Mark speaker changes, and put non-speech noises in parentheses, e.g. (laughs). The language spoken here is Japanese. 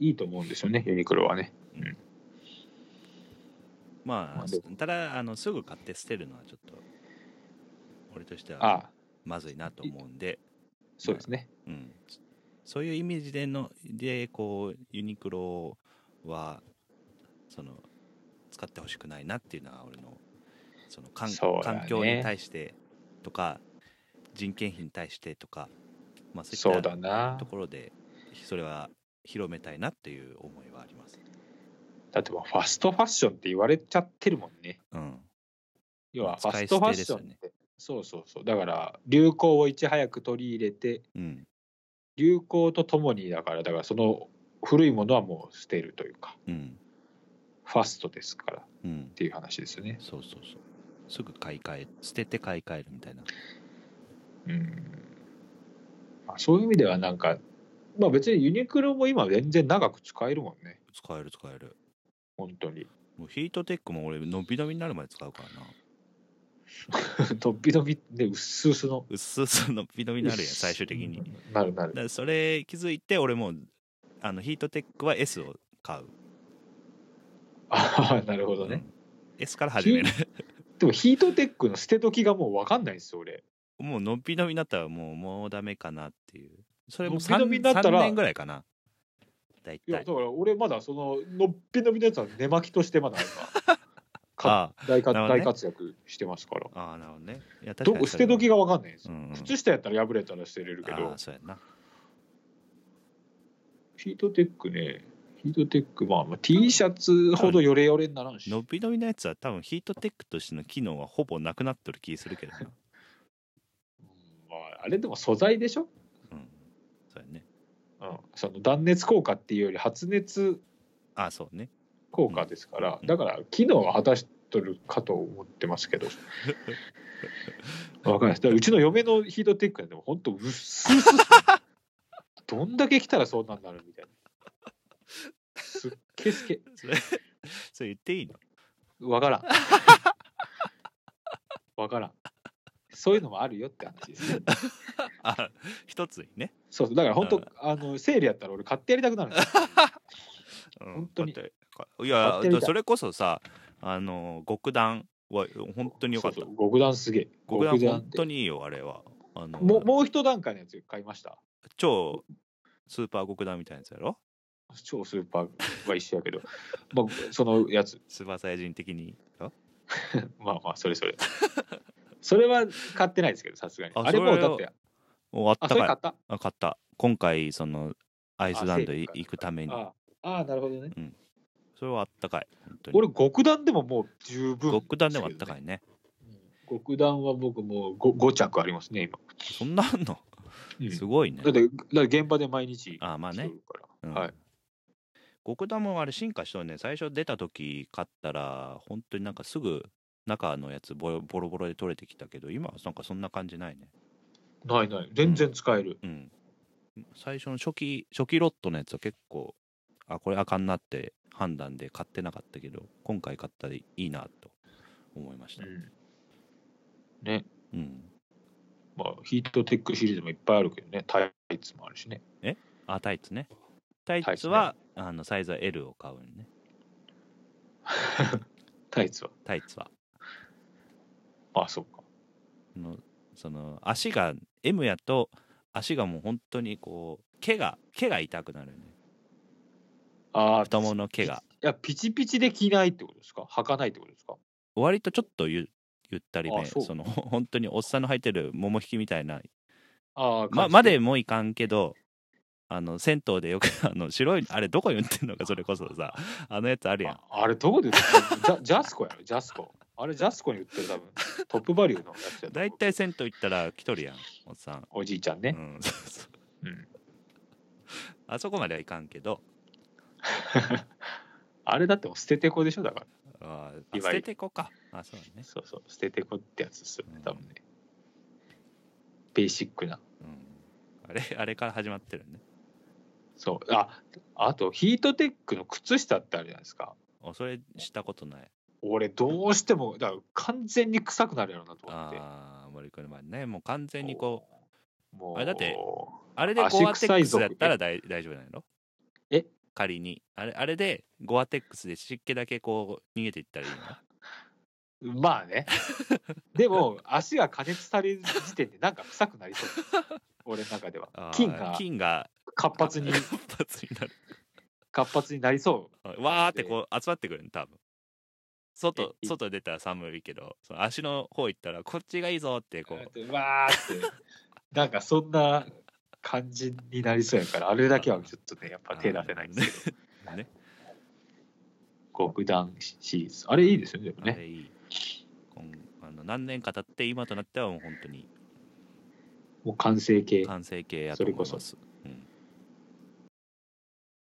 Speaker 1: いいと思うんですよね、ユニクロはね。うん
Speaker 2: ま
Speaker 1: まあで
Speaker 2: あ、ただあの、すぐ買って捨てるのはちょっと、俺としては
Speaker 1: ああ、
Speaker 2: まずいなと思うんで、
Speaker 1: そうですね。
Speaker 2: うん、そういうイメージでの、で、こう、ユニクロは、その、使ってほしくないなっていうのは、俺の、その環、
Speaker 1: そうだね
Speaker 2: 環境に対してとか、人件費に対してとか、まあ、そう
Speaker 1: そ
Speaker 2: いうった
Speaker 1: だな
Speaker 2: と。ころで、それは広めたいなっていう思いはあります。
Speaker 1: だってもうファストファッションって言われちゃってるもんね。
Speaker 2: うん。
Speaker 1: 要はフ
Speaker 2: まあ
Speaker 1: ァストファッションっ
Speaker 2: 使い捨
Speaker 1: て、そうそうそう。だから流行をいち早く取り入れて、
Speaker 2: うん。
Speaker 1: 流行とともにだから、だからその古いものはもう捨てるというか、
Speaker 2: うん。
Speaker 1: ファストですからっ
Speaker 2: うん。
Speaker 1: ていう話ですよね。
Speaker 2: そうそうそう。すぐ買い替え、捨てて買い替えるみたいな。
Speaker 1: うんまあ、そういう意味ではなんか、まあ別にユニクロも今全然長く使えるもんね、
Speaker 2: 使える使える。
Speaker 1: 本当に。 (laughs)
Speaker 2: もうヒートテックも俺、伸び伸びになるまで使うからな。
Speaker 1: のびのびで、うっすうすの。
Speaker 2: うっすうす伸び伸び
Speaker 1: (laughs)
Speaker 2: になるやん、最終的に。だ。
Speaker 1: なるなる。
Speaker 2: からそれ気づいて、俺もう、あの、ヒートテックは S を買う。
Speaker 1: ああ、なるほどね。
Speaker 2: うん S から始める。 (laughs)
Speaker 1: でもヒートテックの捨て時がもう分かんないんですよ、俺。
Speaker 2: もう伸び伸びになったらもう、もうダメかなっていう。それも
Speaker 1: 伸び
Speaker 2: 3,
Speaker 1: 伸びになったら
Speaker 2: 3年ぐらいかな。だい
Speaker 1: いや、
Speaker 2: た
Speaker 1: だ
Speaker 2: い。
Speaker 1: から俺まだその、のっぴのびのやつは寝巻きとしてまだ今か
Speaker 2: あ
Speaker 1: 大か
Speaker 2: なるほどね
Speaker 1: 大活躍してますから。
Speaker 2: あ、ああなるほどね。いや、確
Speaker 1: ど
Speaker 2: かに
Speaker 1: こ捨て時が分かんないんです
Speaker 2: う
Speaker 1: よ。
Speaker 2: ん、うん。
Speaker 1: 靴下やったら破れたら捨てれるけ
Speaker 2: あ
Speaker 1: ど
Speaker 2: あ、、そうやんな。
Speaker 1: ヒートテックね、ヒートテック、まあ、まあ、T シャツほどヨレヨレにならんし。
Speaker 2: 伸び伸びのやつは多分ヒートテックとしての機能はほぼなくなってる気す
Speaker 1: (laughs)
Speaker 2: るけどな。
Speaker 1: まあ、あれでも素材でしょ、
Speaker 2: うん。そうやね。
Speaker 1: うん、その断熱効果っていうより発熱
Speaker 2: あ、そうね。
Speaker 1: 効果ですから、
Speaker 2: うん
Speaker 1: だから機能は果たしとるかと思ってます
Speaker 2: (laughs)
Speaker 1: けどわかんないですだからうちの嫁のヒートテックなんてもうほんとうっすうすどんだけ来たらそんなんなるみたいなすっけすけ
Speaker 2: それ、それ言っていいの (laughs)
Speaker 1: わからんわからんそういうのもあるよって話ですね
Speaker 2: あ、一つにね。
Speaker 1: そうそうだから本当
Speaker 2: うん
Speaker 1: あのセールやったら俺買ってやりたくなるんですよ
Speaker 2: うん
Speaker 1: 本当に
Speaker 2: 買ってかいや
Speaker 1: 買ってみ、た
Speaker 2: それこそさ、あの、極段は本当に良かった
Speaker 1: そう。そう極段すげえ
Speaker 2: 極段
Speaker 1: っ
Speaker 2: 本
Speaker 1: て
Speaker 2: 当にいいよ、あれは。あの、
Speaker 1: ももう一段階のやつ買いました
Speaker 2: 超スーパー極段みたいなやつやろ
Speaker 1: 超スーパーは一緒やけど (laughs) まあそのやつ
Speaker 2: スーパーサイヤ人的に。あ
Speaker 1: まあまあそれそ (laughs) れそれは買ってないですけどさすがに
Speaker 2: あ
Speaker 1: あれもう
Speaker 2: それ
Speaker 1: だ
Speaker 2: を
Speaker 1: って
Speaker 2: おあっ
Speaker 1: あ
Speaker 2: た
Speaker 1: それ
Speaker 2: か
Speaker 1: 買。
Speaker 2: い
Speaker 1: った
Speaker 2: あ買った。今回、その、アイスランド
Speaker 1: あセール
Speaker 2: い
Speaker 1: か
Speaker 2: 行くために。
Speaker 1: あああなるほどね
Speaker 2: それはあったかい。本当に
Speaker 1: 俺極段でももう十分
Speaker 2: 極段でもあったか
Speaker 1: い
Speaker 2: いね。
Speaker 1: 極段は僕もう 5, 着ありますね今、
Speaker 2: そんなあんの、
Speaker 1: うん
Speaker 2: すごいね
Speaker 1: だ。ってだって現場で毎日
Speaker 2: あまあね
Speaker 1: 着てるから
Speaker 2: うん
Speaker 1: はい、
Speaker 2: 極段もあれ進化しとるね。最初出た時買ったら、本当になんかすぐ中のやつボロボロボロで取れてきたけど、今はなんかそんな感じないね。
Speaker 1: ないない全然使える、
Speaker 2: うん。最初の初期、初期ロットのやつは結構、あ、これあかんなって判断で買ってなかったけど、今回買ったらいいなと思いました。
Speaker 1: うんね
Speaker 2: うん。
Speaker 1: まあヒートテックシリーズもいっぱいあるけどねタイツもあるしね
Speaker 2: あ、タイツね。タイ
Speaker 1: タイ
Speaker 2: ツ
Speaker 1: ツね
Speaker 2: は、あのサイズは L を買うね。
Speaker 1: タイツは
Speaker 2: タイツは。
Speaker 1: まあそうか
Speaker 2: のその足が M やと足がもう本当にこう毛が毛が痛くなるよね
Speaker 1: ああ
Speaker 2: 太ももの毛が
Speaker 1: いや、ピチピチで着ないってことですか履かないってことですか
Speaker 2: 割とちょっとゆゆったりめ
Speaker 1: あそう
Speaker 2: そのほ本当におっさんの履いてる桃引きみたいな
Speaker 1: ああ、感
Speaker 2: ま
Speaker 1: じ
Speaker 2: まで。もいかんけどあの銭湯でよく (laughs) あの白いあれどこに売ってんのかそれこそさあのやつあるやん
Speaker 1: ああれ、どこで売ってるジャジャスコやろ、ジャスコ。あれ、ジャスコに売ってる、多分トップバリューのやつだと思
Speaker 2: 大
Speaker 1: う
Speaker 2: 体銭湯行ったら来とるやんおっさん、
Speaker 1: おじいちゃん
Speaker 2: う
Speaker 1: ね。
Speaker 2: ん、 (laughs) そうそう
Speaker 1: うん
Speaker 2: あそこまではいかんけど
Speaker 1: (laughs) あれだってもう捨ててこでしょ、だから。
Speaker 2: あー
Speaker 1: いわゆ
Speaker 2: あ捨
Speaker 1: る
Speaker 2: ててこかあそうだね、
Speaker 1: そうそう、捨ててこってやつですよね
Speaker 2: う、ん
Speaker 1: 多分ね。ベーシックな。
Speaker 2: うん、あれ (laughs) あれから始まってるね
Speaker 1: そう。あ、あと、ヒートテックの靴下ってあるじゃないですか。
Speaker 2: あそれしたことない
Speaker 1: 俺、どうしても、だから完全に臭くなるやろうなと思って。
Speaker 2: ああ、森くんの前ね、もう完全にこう、
Speaker 1: もう。
Speaker 2: あれだってあれでゴア
Speaker 1: 足
Speaker 2: テ
Speaker 1: 臭
Speaker 2: ッ
Speaker 1: い
Speaker 2: クス
Speaker 1: ぞ
Speaker 2: だったら大大丈夫なんやろ
Speaker 1: え
Speaker 2: 仮にあれあれでゴアテックスで湿気だけこう逃げていったらいいの
Speaker 1: まあねでも足が加熱される時点でなんか臭くなりそう俺の中では
Speaker 2: あー
Speaker 1: 菌が
Speaker 2: 菌が
Speaker 1: 活発
Speaker 2: (laughs)
Speaker 1: に
Speaker 2: 活発になる
Speaker 1: 活発になりそ
Speaker 2: あわーってこう集まってくるね多分外
Speaker 1: え
Speaker 2: 外出たら寒いけどその足の方行ったらこっちがいいぞってこう
Speaker 1: うわーってなんかそんな感じになりそうやからあれだけはちょっとねやっぱ手出せないんですけど
Speaker 2: ね
Speaker 1: 極暖シリーズあれいいですよねでも
Speaker 2: あ
Speaker 1: ね
Speaker 2: れいいこんあの何年か経って今となってはもう本当に
Speaker 1: もう完成形
Speaker 2: 完成形やと思います